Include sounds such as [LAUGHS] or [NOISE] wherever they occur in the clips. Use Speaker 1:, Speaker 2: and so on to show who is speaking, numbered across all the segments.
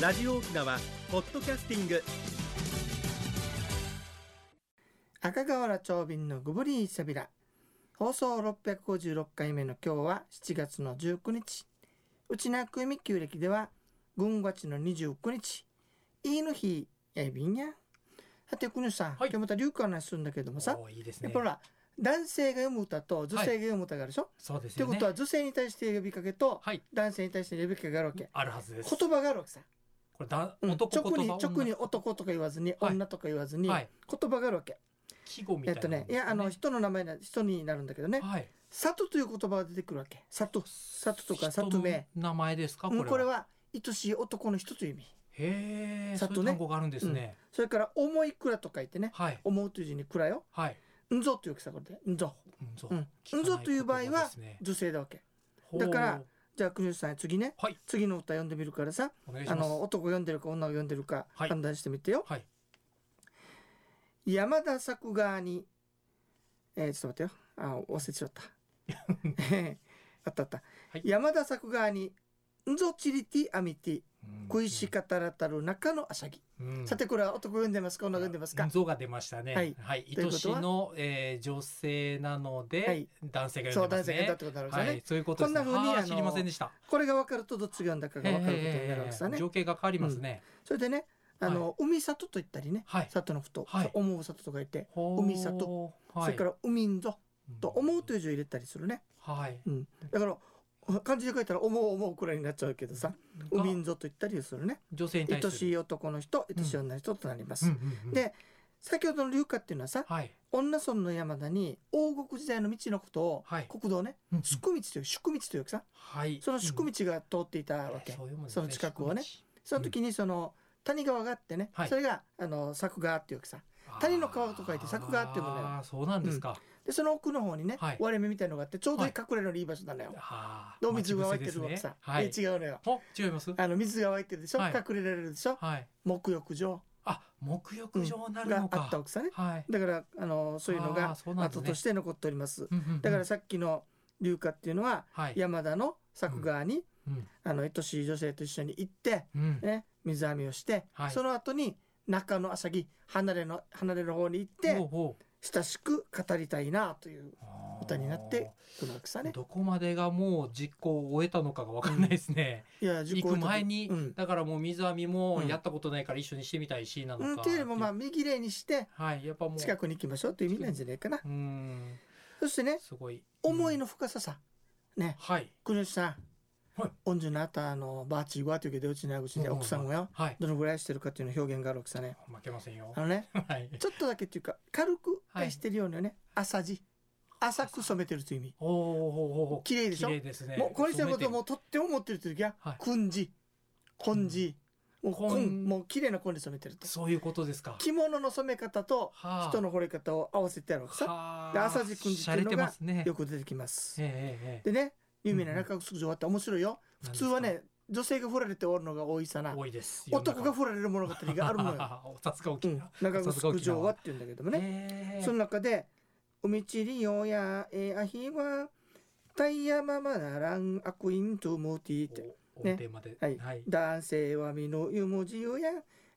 Speaker 1: ラジオ沖縄ポッドキャスティング
Speaker 2: 赤瓦長瓶のグブリーサビラ放送656回目の今日は7月の19日内なくみ旧暦では軍ごちの29日いいの日やいびんやさて国吉さん、
Speaker 3: は
Speaker 2: 今
Speaker 3: い
Speaker 2: 日また流行の話するんだけどもさ、
Speaker 3: おーいいです
Speaker 2: や
Speaker 3: ね
Speaker 2: っぱほら男性が読む歌と女性が読む歌があるでしょ、
Speaker 3: そうです
Speaker 2: とい
Speaker 3: よ
Speaker 2: う
Speaker 3: ね
Speaker 2: ことは女性に対して呼びかけと
Speaker 3: はい
Speaker 2: 男性に対して呼びかけがあるわけ
Speaker 3: あるはずです
Speaker 2: 言葉があるわけさ、
Speaker 3: これだ
Speaker 2: うん
Speaker 3: 男
Speaker 2: 直
Speaker 3: 言
Speaker 2: に
Speaker 3: 葉
Speaker 2: 直に男とか言わずに、
Speaker 3: はい
Speaker 2: 女とか言わずに、
Speaker 3: はい
Speaker 2: 言葉があるわけ
Speaker 3: 季語み
Speaker 2: え
Speaker 3: た
Speaker 2: っ
Speaker 3: い
Speaker 2: と
Speaker 3: なもんです
Speaker 2: ね
Speaker 3: か、
Speaker 2: いやあの人の名前な人になるんだけどね
Speaker 3: はい
Speaker 2: 「里」という言葉が出てくるわけ「里」里とか里名
Speaker 3: 人の名前ですか
Speaker 2: う
Speaker 3: これ
Speaker 2: ん
Speaker 3: は
Speaker 2: これは愛しい男の人という意味
Speaker 3: へえ、
Speaker 2: 里ね
Speaker 3: そういう単語があるんですね、
Speaker 2: それから「思いくら」と書いてね
Speaker 3: はい
Speaker 2: 「思う」という字に「くら」よ
Speaker 3: はい
Speaker 2: 「んぞ」という大きさこれで「んぞ
Speaker 3: うん」ぞ、
Speaker 2: うん「んぞ」という場合は女性だわけだからじゃあ国吉さん次ね
Speaker 3: はい
Speaker 2: 次の歌読んでみるからさ
Speaker 3: お願いし
Speaker 2: あ
Speaker 3: ます
Speaker 2: の男を読んでるか女を読んでるか
Speaker 3: はい
Speaker 2: 判断してみてよ、
Speaker 3: はい
Speaker 2: 山田作側にえー、ちょっと待ってよあ忘れちゃったあ
Speaker 3: [LAUGHS]
Speaker 2: ったあった、
Speaker 3: はい
Speaker 2: 山田作側に「んぞちりてあみて
Speaker 3: うん
Speaker 2: 食いしかたらたる中のあしゃぎ」
Speaker 3: うん
Speaker 2: さてこれは男読んでますか女読んでますか、
Speaker 3: うん像が出ましたね。
Speaker 2: は
Speaker 3: はいい、
Speaker 2: という
Speaker 3: 愛
Speaker 2: こと
Speaker 3: し
Speaker 2: は
Speaker 3: の、えー、女性なので、
Speaker 2: はい
Speaker 3: 男性が
Speaker 2: そ
Speaker 3: 呼
Speaker 2: うん
Speaker 3: でま
Speaker 2: 男
Speaker 3: す
Speaker 2: 性がだっ
Speaker 3: ね。
Speaker 2: てことなんですよね、
Speaker 3: はい、そういうことですね。
Speaker 2: こんな風に
Speaker 3: は
Speaker 2: あ
Speaker 3: あ
Speaker 2: の
Speaker 3: 知りませんでした。
Speaker 2: これが分かるとどっちが読んだかが分かることになるわけさ
Speaker 3: へー
Speaker 2: ね
Speaker 3: 情景が変わりますね。
Speaker 2: それでねあの、海里と言ったりね
Speaker 3: はい。
Speaker 2: 里のこと、
Speaker 3: はい
Speaker 2: 思う里と書いて、
Speaker 3: ほー
Speaker 2: 海里、
Speaker 3: はい、
Speaker 2: それから海んぞと思うとい
Speaker 3: い
Speaker 2: う字を入れたりするね。
Speaker 3: うん。はい。
Speaker 2: だから漢字で書いたら思う思うくらいになっちゃうけどさ、
Speaker 3: が
Speaker 2: 海んぞと言ったりするね。
Speaker 3: 女性に対する。
Speaker 2: 愛しい男の人、愛しい女の人となります。
Speaker 3: うんうんうん
Speaker 2: で先ほどの流歌っていうのはさ、
Speaker 3: はい。
Speaker 2: 女村の山田に王国時代の道のことを、
Speaker 3: はい
Speaker 2: 国道ね、
Speaker 3: うんうん
Speaker 2: 宿道という宿道というさ、
Speaker 3: はい。
Speaker 2: その宿道が通っていた
Speaker 3: うん
Speaker 2: わけ。
Speaker 3: そういうもんです
Speaker 2: その近くをねその時にその谷川があってね、
Speaker 3: はい
Speaker 2: それがあの作川っていうわけさ。谷の川と書いて作川っていうものよ
Speaker 3: あーそうなんですか。
Speaker 2: でその奥の方にね、
Speaker 3: はい
Speaker 2: 割れ目みたいのがあってちょうどいい
Speaker 3: は
Speaker 2: 隠れのいい場所なのよ。
Speaker 3: あー
Speaker 2: どう水が湧いてるわけ
Speaker 3: 待ち伏せです
Speaker 2: さ
Speaker 3: ね。はい
Speaker 2: え。違うのよ。
Speaker 3: お、違います。
Speaker 2: あの水が湧いてるでしょ、
Speaker 3: はい
Speaker 2: 隠れられるでしょ
Speaker 3: はい。
Speaker 2: 木浴場
Speaker 3: あ、木浴場になる
Speaker 2: が
Speaker 3: の
Speaker 2: あ
Speaker 3: か。
Speaker 2: ったわけさね。
Speaker 3: はい。
Speaker 2: だからあのそういうの
Speaker 3: あー
Speaker 2: が
Speaker 3: そうなんです
Speaker 2: 後
Speaker 3: ね
Speaker 2: として残っております。
Speaker 3: うんうんうん
Speaker 2: だから、さっきの流歌っていうのは、
Speaker 3: はい。
Speaker 2: 山田の作川に、
Speaker 3: うん
Speaker 2: あの愛しい女性と一緒に行って、
Speaker 3: うん
Speaker 2: ね、水浴びをして、
Speaker 3: はい
Speaker 2: その後に中の浅木離れの離れの方に行っ
Speaker 3: ほ
Speaker 2: て
Speaker 3: うほう
Speaker 2: 親しく語りたいなという歌になってこの大きさね。
Speaker 3: どこまでがもう実行を終えたのかがわかんないですね。
Speaker 2: いや受
Speaker 3: 行
Speaker 2: 講
Speaker 3: く前に、
Speaker 2: うん
Speaker 3: だからもう水網もやったことないから一緒にしてみたいしなのか。
Speaker 2: うん、というよりもまあ
Speaker 3: って
Speaker 2: 右例にして
Speaker 3: いうはい、やっぱもう。
Speaker 2: 近くに行きましょうという意味なんじゃないかな。
Speaker 3: うーん、
Speaker 2: そしてね
Speaker 3: すごい。
Speaker 2: 思い
Speaker 3: の。
Speaker 2: の深ささね
Speaker 3: はい。
Speaker 2: 国吉さん、
Speaker 3: はい
Speaker 2: 恩寿のあたあのバーチーワーというけどうちの口で
Speaker 3: うん
Speaker 2: 奥さんをよ
Speaker 3: はい。
Speaker 2: どのぐらい愛してるかっていうの表現があるわけさね。
Speaker 3: 負けませんよ
Speaker 2: あ。のね
Speaker 3: はい。
Speaker 2: ちょっとだけっていうか軽く愛してるようなね、浅地浅く染めてるという意味
Speaker 3: おおおお。
Speaker 2: 綺麗でし
Speaker 3: 綺
Speaker 2: ょ
Speaker 3: 麗ですね。
Speaker 2: もうこの人のことをも
Speaker 3: も。
Speaker 2: うとっても思ってるという時は
Speaker 3: はい
Speaker 2: 根地根地もう
Speaker 3: 根
Speaker 2: 根もう綺麗な根で染めてると
Speaker 3: そういうことですか。
Speaker 2: 着物の染め方と
Speaker 3: はあ
Speaker 2: 人の惚れ方を合わせてやるわけさ
Speaker 3: はあ
Speaker 2: で朝地君っていうのが
Speaker 3: 洒落てますね。
Speaker 2: よく出てきます
Speaker 3: えええええ
Speaker 2: でね有名な中国宿場って面白いよ
Speaker 3: え
Speaker 2: 普通は。ね女性が振られておるのが多いさな
Speaker 3: 何ですか多いです。
Speaker 2: 男が
Speaker 3: 世
Speaker 2: 振られる物語がある
Speaker 3: の
Speaker 2: の
Speaker 3: 中
Speaker 2: よ、
Speaker 3: は。 [LAUGHS] おさすが
Speaker 2: [LAUGHS]
Speaker 3: 大
Speaker 2: う
Speaker 3: き
Speaker 2: ん
Speaker 3: な。、
Speaker 2: 中国宿場はって言うんだけどもね、
Speaker 3: ね
Speaker 2: その中で「おみちりよやえあひはタイヤママならんあくいんともてぃ」って
Speaker 3: お
Speaker 2: ね
Speaker 3: おテーマで。
Speaker 2: はい
Speaker 3: はい
Speaker 2: 「男性はみのゆもじよや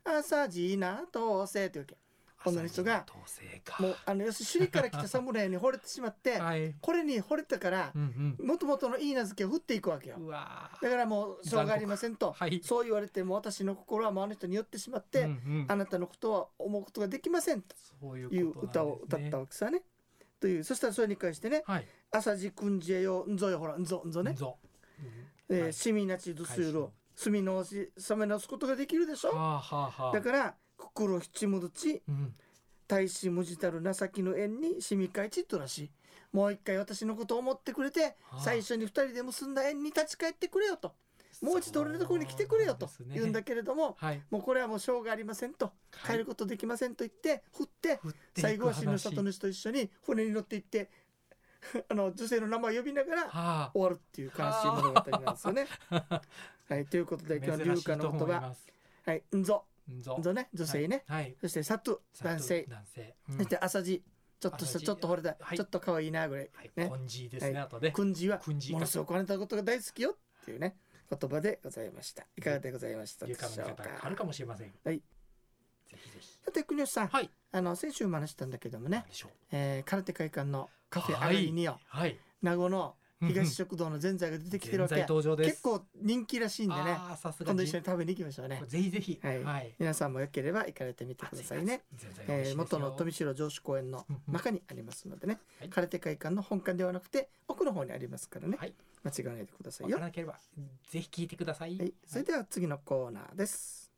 Speaker 2: 朝じなとうせ」ってわけ女の人が
Speaker 3: 同性か。
Speaker 2: もうあの要するに首から来た侍に惚れてしまって、
Speaker 3: [LAUGHS] はい。
Speaker 2: これに惚れたから
Speaker 3: うん
Speaker 2: もともとのいい名付けを振っていくわけよ
Speaker 3: うん。うわー
Speaker 2: だからもうしょうがありませんと、
Speaker 3: はい。
Speaker 2: そう言われても私の心はもうあの人に寄ってしまって、
Speaker 3: うんうん
Speaker 2: あなたのことは思うことができませんと
Speaker 3: そうい
Speaker 2: いう
Speaker 3: うこと
Speaker 2: 歌
Speaker 3: なん
Speaker 2: を歌っ
Speaker 3: ですね
Speaker 2: たわけさね。というそしたらそれに関してね
Speaker 3: はい。
Speaker 2: 「朝地くんじえよんぞよほらんぞんぞね」
Speaker 3: ぞ。
Speaker 2: えー
Speaker 3: はい
Speaker 2: 市民なちどすゆろ住み直し染め直すことができるでし
Speaker 3: は
Speaker 2: ょ
Speaker 3: あはあはあ。
Speaker 2: だから心ひちむどち
Speaker 3: うん。
Speaker 2: 大使無じたる情けの縁に市民会ちっとらしいもう一回私のことを思ってくれて
Speaker 3: ああ
Speaker 2: 最初に二人で結んだ縁に立ち返ってくれよともう一度俺のところに来てくれよと
Speaker 3: そうですね
Speaker 2: 言うんだけれども
Speaker 3: はい。
Speaker 2: もうこれはもうしょうがありませんと
Speaker 3: はい
Speaker 2: 帰ることできませんと言って振って
Speaker 3: 振っていく話
Speaker 2: 最後は死の里主と一緒に船に乗って行って [LAUGHS] あの女性の名前を呼びながら
Speaker 3: は
Speaker 2: 終わるっていう悲しい物語なんですよね。
Speaker 3: あ。
Speaker 2: はい、ということで今日の流
Speaker 3: 珍し
Speaker 2: 歌
Speaker 3: いと
Speaker 2: の言
Speaker 3: 思い
Speaker 2: 葉
Speaker 3: ます。
Speaker 2: 「はい、んぞ」
Speaker 3: ぞ
Speaker 2: んぞね女性ね、
Speaker 3: はい。
Speaker 2: そして「さと」男性
Speaker 3: 男性。うん
Speaker 2: そして「朝地」ちょっとした
Speaker 3: 朝地
Speaker 2: ちょっと惚れた、
Speaker 3: はい
Speaker 2: ちょっと可愛いなぐらい
Speaker 3: はい。
Speaker 2: ね
Speaker 3: 根性ですね。あと
Speaker 2: 「
Speaker 3: ね。
Speaker 2: くんじ」は
Speaker 3: 根性
Speaker 2: ものすごくあなたのことが大好きよっていうね言葉でございましたいかがでございましたで
Speaker 3: いう
Speaker 2: し
Speaker 3: 考え
Speaker 2: ょう
Speaker 3: 方があ
Speaker 2: か
Speaker 3: るかもしれません。
Speaker 2: はい。
Speaker 3: ぜひぜひ。
Speaker 2: さて国吉さん、
Speaker 3: はい。
Speaker 2: あの先週も話したんだけどもね
Speaker 3: 何、でしょう。
Speaker 2: えー、空手会館のカフェアガリによ、
Speaker 3: はい。
Speaker 2: 名護の東食堂のぜんざいが出てきてるわ
Speaker 3: 全
Speaker 2: け
Speaker 3: 在登場です。
Speaker 2: 結構人気らしいんでね
Speaker 3: ああ、さすが
Speaker 2: 今度一緒に食べに行きましょうね
Speaker 3: ぜひぜひ。
Speaker 2: はい
Speaker 3: はい。
Speaker 2: 皆さんもよければ行かれてみてくださいね。
Speaker 3: 全然美味しいです
Speaker 2: えー
Speaker 3: よ
Speaker 2: 元の富城城主公園の中にありますのでね、
Speaker 3: はい
Speaker 2: 空手会館の本館ではなくて奥の方にありますからね、
Speaker 3: はい
Speaker 2: 間違わないでください
Speaker 3: わ
Speaker 2: よ
Speaker 3: からなければ、ぜひ聞いてください。
Speaker 2: はい、それでは次のコーナーです。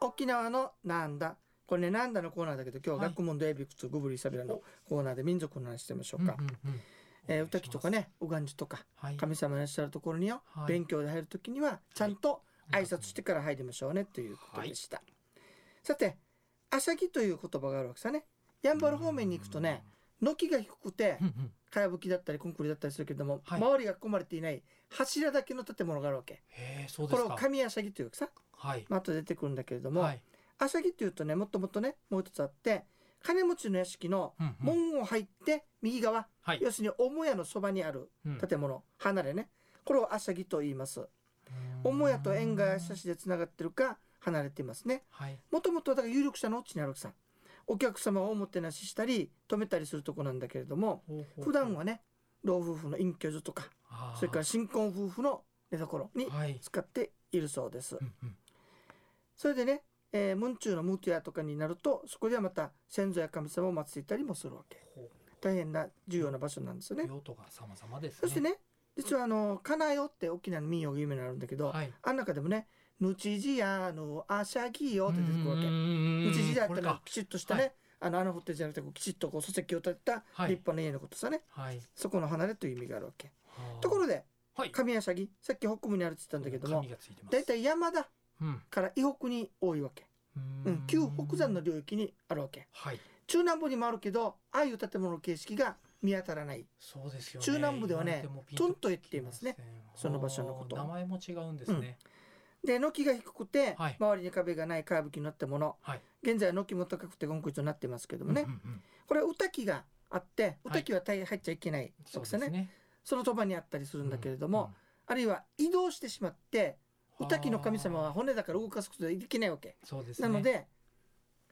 Speaker 2: 沖縄のなんだこれねなんだのコーナーだけど今日
Speaker 3: は
Speaker 2: はい学問とエビクツグブリサビラのコーナーで民族の話してみましょ
Speaker 3: う
Speaker 2: うんか。
Speaker 3: うんうん
Speaker 2: えー、歌きとか。ねおがんじとか
Speaker 3: お願いします
Speaker 2: 神様いらっしゃるところによ、
Speaker 3: はい。
Speaker 2: 勉強で入るときにはちゃんと挨拶してから入りましょうねということでした。さて「あしゃぎ」という言葉があるわけさね。やんばる方面に行くとね軒が低くて
Speaker 3: うんうん。
Speaker 2: かやぶきだったりコンクリだったりするけども、
Speaker 3: はい
Speaker 2: 周りが囲まれていない柱だけの建物があるわけ
Speaker 3: へえ、そうで
Speaker 2: これ
Speaker 3: す
Speaker 2: を
Speaker 3: か。
Speaker 2: 神あしゃぎというかさ、
Speaker 3: はい。
Speaker 2: まあ後で出てくるんだけれども、
Speaker 3: はい。
Speaker 2: あしゃぎっていうとねもっともっとねもう一つあって金持ちの屋敷の
Speaker 3: うんうん
Speaker 2: 門を入って右側、
Speaker 3: はい。
Speaker 2: 要するに母屋のそばにある
Speaker 3: うん
Speaker 2: 建物、離れねこれをあしゃぎと言います母屋と縁が差しでつながってるか離れていますね
Speaker 3: はい。
Speaker 2: もともとだから有力者のうちにあるわけさお客様をおもてなししたり止めたりするとこなんだけれども、普段はね老夫婦の隠居所とか
Speaker 3: は
Speaker 2: それから新婚夫婦の寝所に
Speaker 3: はい。
Speaker 2: 使っているそうです
Speaker 3: うんうん
Speaker 2: それでね、えー、ムンチューのムートゥヤとかになるとそこではまた先祖や神様を祀ったりもするわけ
Speaker 3: ほ
Speaker 2: 大変な重要な場所なんですよ
Speaker 3: う
Speaker 2: ね
Speaker 3: 用途が様々ですね。
Speaker 2: そしてね実はあの「かなよ」って沖縄の民謡が有名になるんだけど、
Speaker 3: はい。
Speaker 2: あん中でもね「ぬちじやのあしゃぎよ」って出てくるわけ。
Speaker 3: う
Speaker 2: ぬちじやっ
Speaker 3: こ
Speaker 2: て
Speaker 3: れ
Speaker 2: のは
Speaker 3: か。
Speaker 2: きちっとしたね、あの穴掘ってじゃなくてこうきちっとこう礎石を建てた立
Speaker 3: はい
Speaker 2: 派な家のことさね、
Speaker 3: はい。
Speaker 2: そこの離れという意味があるわけ。
Speaker 3: はあ
Speaker 2: ところで
Speaker 3: はい。
Speaker 2: 神谷ぎさっき北部にあるって言ったんだけども
Speaker 3: 紙がついてます。
Speaker 2: 大体山田
Speaker 3: うん。
Speaker 2: から伊北に多いわけ、
Speaker 3: う
Speaker 2: うん
Speaker 3: ん、
Speaker 2: 旧北山の領域にあるわけ
Speaker 3: はい。
Speaker 2: 中南部にもあるけどああいう建物の形式が見当たらない
Speaker 3: そうですよね。
Speaker 2: 中南部ではね
Speaker 3: 今もピ
Speaker 2: トン
Speaker 3: き
Speaker 2: と言っていますね
Speaker 3: ません
Speaker 2: その場所のこと
Speaker 3: あー名前も違うんですね。
Speaker 2: で軒が低くて、
Speaker 3: はい
Speaker 2: 周りに壁がないかやぶきになったもの、
Speaker 3: はい
Speaker 2: 現在は軒も高くてコンクリートになってますけどもね、
Speaker 3: うんうんうん
Speaker 2: これ歌木があって
Speaker 3: い
Speaker 2: 歌木は大入っちゃいけない
Speaker 3: そ
Speaker 2: そう
Speaker 3: う
Speaker 2: で
Speaker 3: です
Speaker 2: ね、
Speaker 3: すね。
Speaker 2: そのそばにあったりするんだけれども、あるいは移動してしまって
Speaker 3: うん、
Speaker 2: 歌木の神様は
Speaker 3: あ
Speaker 2: 骨だから動かすことができないわけ
Speaker 3: ー。そうですね。
Speaker 2: なの、で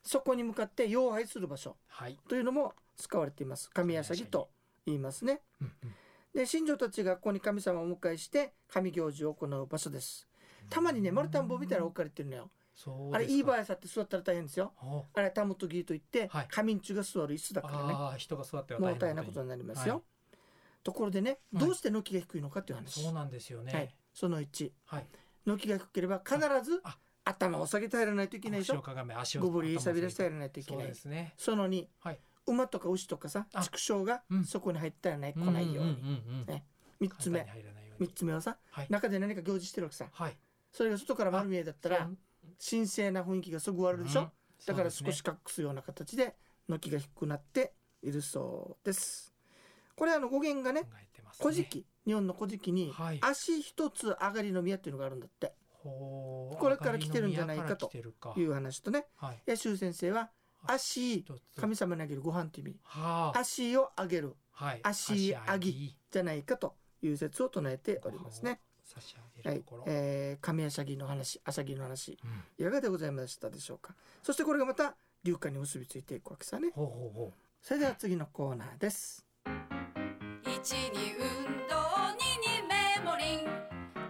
Speaker 2: そこに向かって要拝する場所
Speaker 3: はい。
Speaker 2: というのも使われています神やさぎと言いますね
Speaker 3: うんうん
Speaker 2: で信者たちがここに神様をお迎えして神行事を行う場所ですたまにね丸田んぼみたいなの置かれてるのよ
Speaker 3: そう
Speaker 2: あれいい場
Speaker 3: 合。
Speaker 2: 合さって座ったら大変ですよ
Speaker 3: お
Speaker 2: あれはタムトギーといって、
Speaker 3: はい
Speaker 2: 神んちが座る椅子だからね
Speaker 3: ああ、人が座っては
Speaker 2: もう大変なこと
Speaker 3: に
Speaker 2: になりますよ、
Speaker 3: はい
Speaker 2: ところでね
Speaker 3: はい
Speaker 2: どうして軒が低いのかという話、
Speaker 3: そうなんですよ
Speaker 2: はい
Speaker 3: ね。
Speaker 2: その1
Speaker 3: はい。
Speaker 2: 軒が低ければ必ず
Speaker 3: あ
Speaker 2: 頭を下げて入らないといけないでし
Speaker 3: 腰を
Speaker 2: ょ
Speaker 3: かがめ、足を。
Speaker 2: ゴブリさび出して
Speaker 3: い
Speaker 2: 入らないといけ
Speaker 3: そう
Speaker 2: ない
Speaker 3: ですね。
Speaker 2: その2、
Speaker 3: はい
Speaker 2: 馬とか牛とかさ
Speaker 3: あ
Speaker 2: 畜生が
Speaker 3: うん
Speaker 2: そこに入ったらね、来ないように、
Speaker 3: に
Speaker 2: ね三3つ目
Speaker 3: 入らないよう
Speaker 2: 三
Speaker 3: に。
Speaker 2: つ目はさ
Speaker 3: はい。
Speaker 2: 中で何か行事してるわけさ
Speaker 3: はい。
Speaker 2: それが外から丸見えだったら
Speaker 3: うん
Speaker 2: 神聖な雰囲気がそぐわれるでしょ、
Speaker 3: うん
Speaker 2: だから
Speaker 3: そう
Speaker 2: 少
Speaker 3: で
Speaker 2: し
Speaker 3: すね
Speaker 2: 隠すような形で軒が低くなっているそうですこれあの語源がね
Speaker 3: 考えてますね
Speaker 2: 古事記日本の古事記に
Speaker 3: はい
Speaker 2: 足一つ上がりの宮っていうのがあるんだって
Speaker 3: ほう
Speaker 2: これから来てるんじゃないかと
Speaker 3: 上がりの宮ら来てるか
Speaker 2: いう話とね
Speaker 3: はい。
Speaker 2: 野州先生は足
Speaker 3: 一つ
Speaker 2: 神様にあげるご飯という意味
Speaker 3: はあ、
Speaker 2: 足を上げる
Speaker 3: はい。
Speaker 2: 足上ぎじゃないかという説を唱えておりますね。
Speaker 3: 差し上
Speaker 2: は
Speaker 3: げる
Speaker 2: い
Speaker 3: ところ。、
Speaker 2: えー、神あしゃぎの話、あしゃぎの話、
Speaker 3: うん
Speaker 2: いかがでございましたでしょうか。そしてこれがまた流化に結びついていくわけさね。
Speaker 3: ほうほうほ
Speaker 2: それでは次のコーナーです。
Speaker 4: 一に運動二にメモリン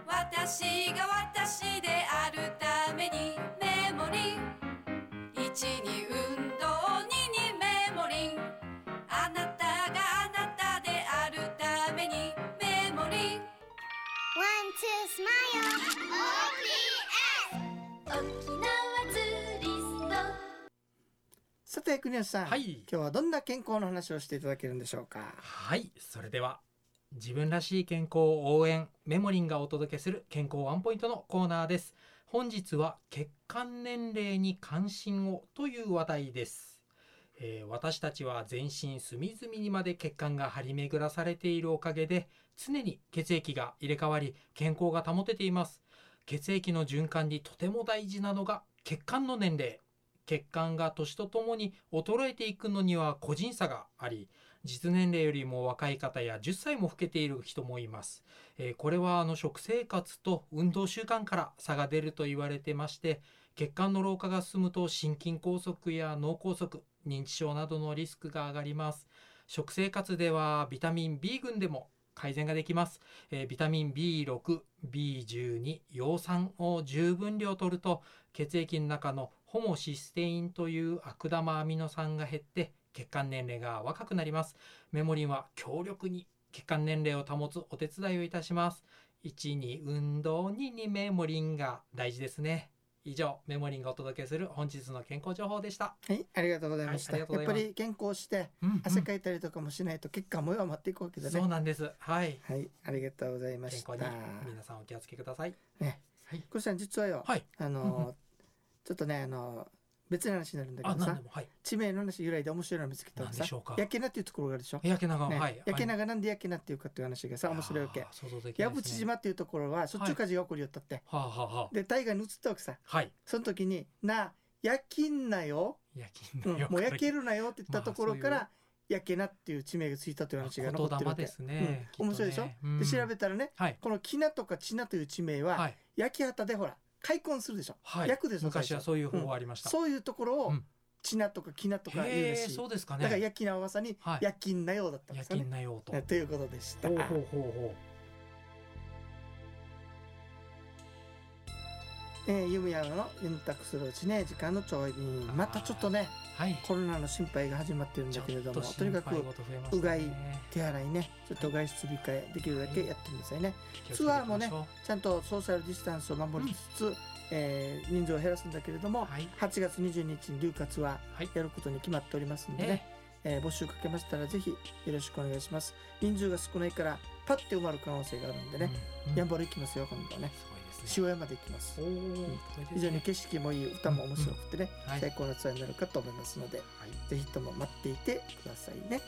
Speaker 4: 私が私であるためにメモリン一に運動二にメモリンあなたがあなたであるためにメモリン
Speaker 5: One, two, smile.
Speaker 4: 沖
Speaker 5: OPS.
Speaker 4: 縄ツーリスト
Speaker 2: さて、国吉さ
Speaker 3: う。
Speaker 2: ん、
Speaker 3: はい。
Speaker 2: 今日はどんな健康の話をしていただけるんでしょうか。
Speaker 3: はい。それでは、自分らしい健康を応援、メモリンがお届けする健康ワンポイントのコーナーです。本日は、血管年齢に関心をという話題です。えー私たちは全身隅々にまで血管が張り巡らされているおかげで常に血液が入れ替わり健康が保てています血液の循環にとても大事なのが血管の年齢血管が年とともに衰えていくのには個人差があり実年齢よりも若い方や10歳も老けている人もいます、えーこれはあの食生活と運動習慣から差が出ると言われてまして血管の老化が進むと心筋梗塞や脳梗塞認知症などのリスクが上がります食生活ではビタミン B 群でも改善ができます、えービタミン B6B12 葉酸を十分量取ると血液の中のホモシステインという悪玉アミノ酸が減って血管年齢が若くなりますメモリンは強力に血管年齢を保つお手伝いをいたします1に運動2にメモリンが大事ですね以上メモリンがお届けする本日の健康情報でした、
Speaker 2: はい、ありがとうございました。
Speaker 3: はいあり
Speaker 2: やっ
Speaker 3: がとうござい
Speaker 2: ぱ
Speaker 3: ます
Speaker 2: り健康して
Speaker 3: うんうん
Speaker 2: 汗かいたりとかもしないと結果も弱まっていくわけだ
Speaker 3: そう
Speaker 2: ね。
Speaker 3: なんですはい
Speaker 2: はい、ありがとうございま
Speaker 3: 健
Speaker 2: し
Speaker 3: 康
Speaker 2: た。
Speaker 3: に皆さんお気をつけください
Speaker 2: ね、
Speaker 3: はい
Speaker 2: こしさん実はよ、
Speaker 3: はい
Speaker 2: あ
Speaker 3: うんう
Speaker 2: のちょっとねあの別の話になるんだ
Speaker 3: あ
Speaker 2: けど
Speaker 3: 何
Speaker 2: さ
Speaker 3: で、もはい
Speaker 2: 地名の話由来で面白いの見つけたの
Speaker 3: 何
Speaker 2: さ
Speaker 3: でし、ょうか
Speaker 2: やけなっていうところがあるでしょ。
Speaker 3: やけなが
Speaker 2: ね
Speaker 3: はい
Speaker 2: やけながなんでやけなっていうかっていう話がさ面白いわけ
Speaker 3: あ。ー想像できな
Speaker 2: 矢
Speaker 3: いですね
Speaker 2: 渕島っていうところはしょっちゅう火事が起こりよったって。
Speaker 3: はあはあはあ
Speaker 2: で大河に移ったわけさ。
Speaker 3: はい
Speaker 2: その時になあ夜勤なよ。
Speaker 3: 夜勤
Speaker 2: うん
Speaker 3: だよ
Speaker 2: もう焼け
Speaker 3: る
Speaker 2: るなよって言ったところか
Speaker 3: ま
Speaker 2: ら「焼けな」っていう地名がついたという話が残
Speaker 3: 言
Speaker 2: ってる
Speaker 3: 霊
Speaker 2: わけ
Speaker 3: で、
Speaker 2: です
Speaker 3: ね、きっと
Speaker 2: うん面
Speaker 3: ね
Speaker 2: 白いでしょ、
Speaker 3: うん
Speaker 2: 調べたらね
Speaker 3: はい
Speaker 2: この「きな」とか「ちな」という地名は、
Speaker 3: はい
Speaker 2: 焼き畑でほら開墾するでしょ、
Speaker 3: はい
Speaker 2: 焼くでしょ
Speaker 3: 昔は
Speaker 2: 最初
Speaker 3: そういう方法ありました、
Speaker 2: そういうところを
Speaker 3: うん
Speaker 2: 「ちな」とか「きな」とか言うら
Speaker 3: へえ
Speaker 2: しい、
Speaker 3: そうですかね
Speaker 2: だから焼きなはまさに
Speaker 3: はい
Speaker 2: 「夜勤なよ」うだったんで
Speaker 3: 夜
Speaker 2: すかね
Speaker 3: 勤、なようと
Speaker 2: ねということでした
Speaker 3: ほうほうほうほ
Speaker 2: えーゆむやの「ゆむたくするうちね時間のちょい便
Speaker 3: あー
Speaker 2: またちょっとね
Speaker 3: うはい
Speaker 2: コロナの心配が始まってるん
Speaker 3: ち
Speaker 2: だ
Speaker 3: ょっ
Speaker 2: けれども
Speaker 3: と
Speaker 2: とに
Speaker 3: 心
Speaker 2: か
Speaker 3: 配
Speaker 2: く
Speaker 3: 事増えましたね
Speaker 2: うがい手洗いねちょっと外出控えできるだけやってくださいね
Speaker 3: 気をつけていきましょう
Speaker 2: ツアーもねちゃんとソーシャルディスタンスを守りつつ、えー人数を減らすんだけれども、
Speaker 3: はい
Speaker 2: 8月22日に流活は
Speaker 3: はい
Speaker 2: やることに決まっておりますんで
Speaker 3: ね
Speaker 2: ね、えー募集かけましたらぜひよろしくお願いします人数が少ないからパッて埋まる可能性があるんでね、
Speaker 3: うんうん
Speaker 2: やんばる行きますよ今度はね
Speaker 3: すごいですね
Speaker 2: 塩山で行きます
Speaker 3: おー
Speaker 2: 非常に景色もいい歌も面白くてね、
Speaker 3: うんはい
Speaker 2: 最高のツアーになるかと思いますので、
Speaker 3: はい
Speaker 2: ぜひとも待っていてくださいね
Speaker 3: お願いし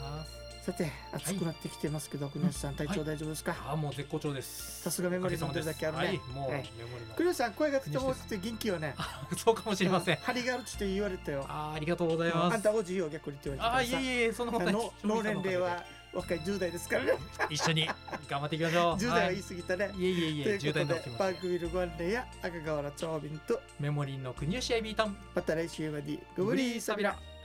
Speaker 3: ます
Speaker 2: さて暑くなってきてますけど、国吉さん体調大丈夫ですか、
Speaker 3: あーもう絶好調です
Speaker 2: さすがメモリー
Speaker 3: おかげさま
Speaker 2: 飲んでるだ
Speaker 3: です
Speaker 2: けあるね
Speaker 3: はいもう
Speaker 2: は
Speaker 3: メ
Speaker 2: い
Speaker 3: モリーの
Speaker 2: 国吉さん声がとても大きくて元気よね
Speaker 3: そうかもしれません
Speaker 2: 張りがあるって言われたよ
Speaker 3: あーありがとうござい
Speaker 2: あ
Speaker 3: ます
Speaker 2: んた王子よ逆にって言わ
Speaker 3: あ
Speaker 2: れ
Speaker 3: ー
Speaker 2: てた
Speaker 3: い
Speaker 2: か
Speaker 3: えいえそんなこ
Speaker 2: ら
Speaker 3: と
Speaker 2: さ
Speaker 3: ない
Speaker 2: の脳年齢は若い10代ですからね
Speaker 3: [LAUGHS] 一緒に頑張っていきま
Speaker 2: [LAUGHS]
Speaker 3: しょう
Speaker 2: 10代は言い過ぎたね、
Speaker 3: いえいえい
Speaker 2: とい
Speaker 3: え
Speaker 2: う
Speaker 3: 渋
Speaker 2: こ
Speaker 3: 滞
Speaker 2: と
Speaker 3: の
Speaker 2: で
Speaker 3: 起きま
Speaker 2: パ
Speaker 3: す
Speaker 2: ークビルご案内や赤瓦長瓶と
Speaker 3: メモリーの国吉エビータン
Speaker 2: また来週までご無理サビラ
Speaker 3: ラ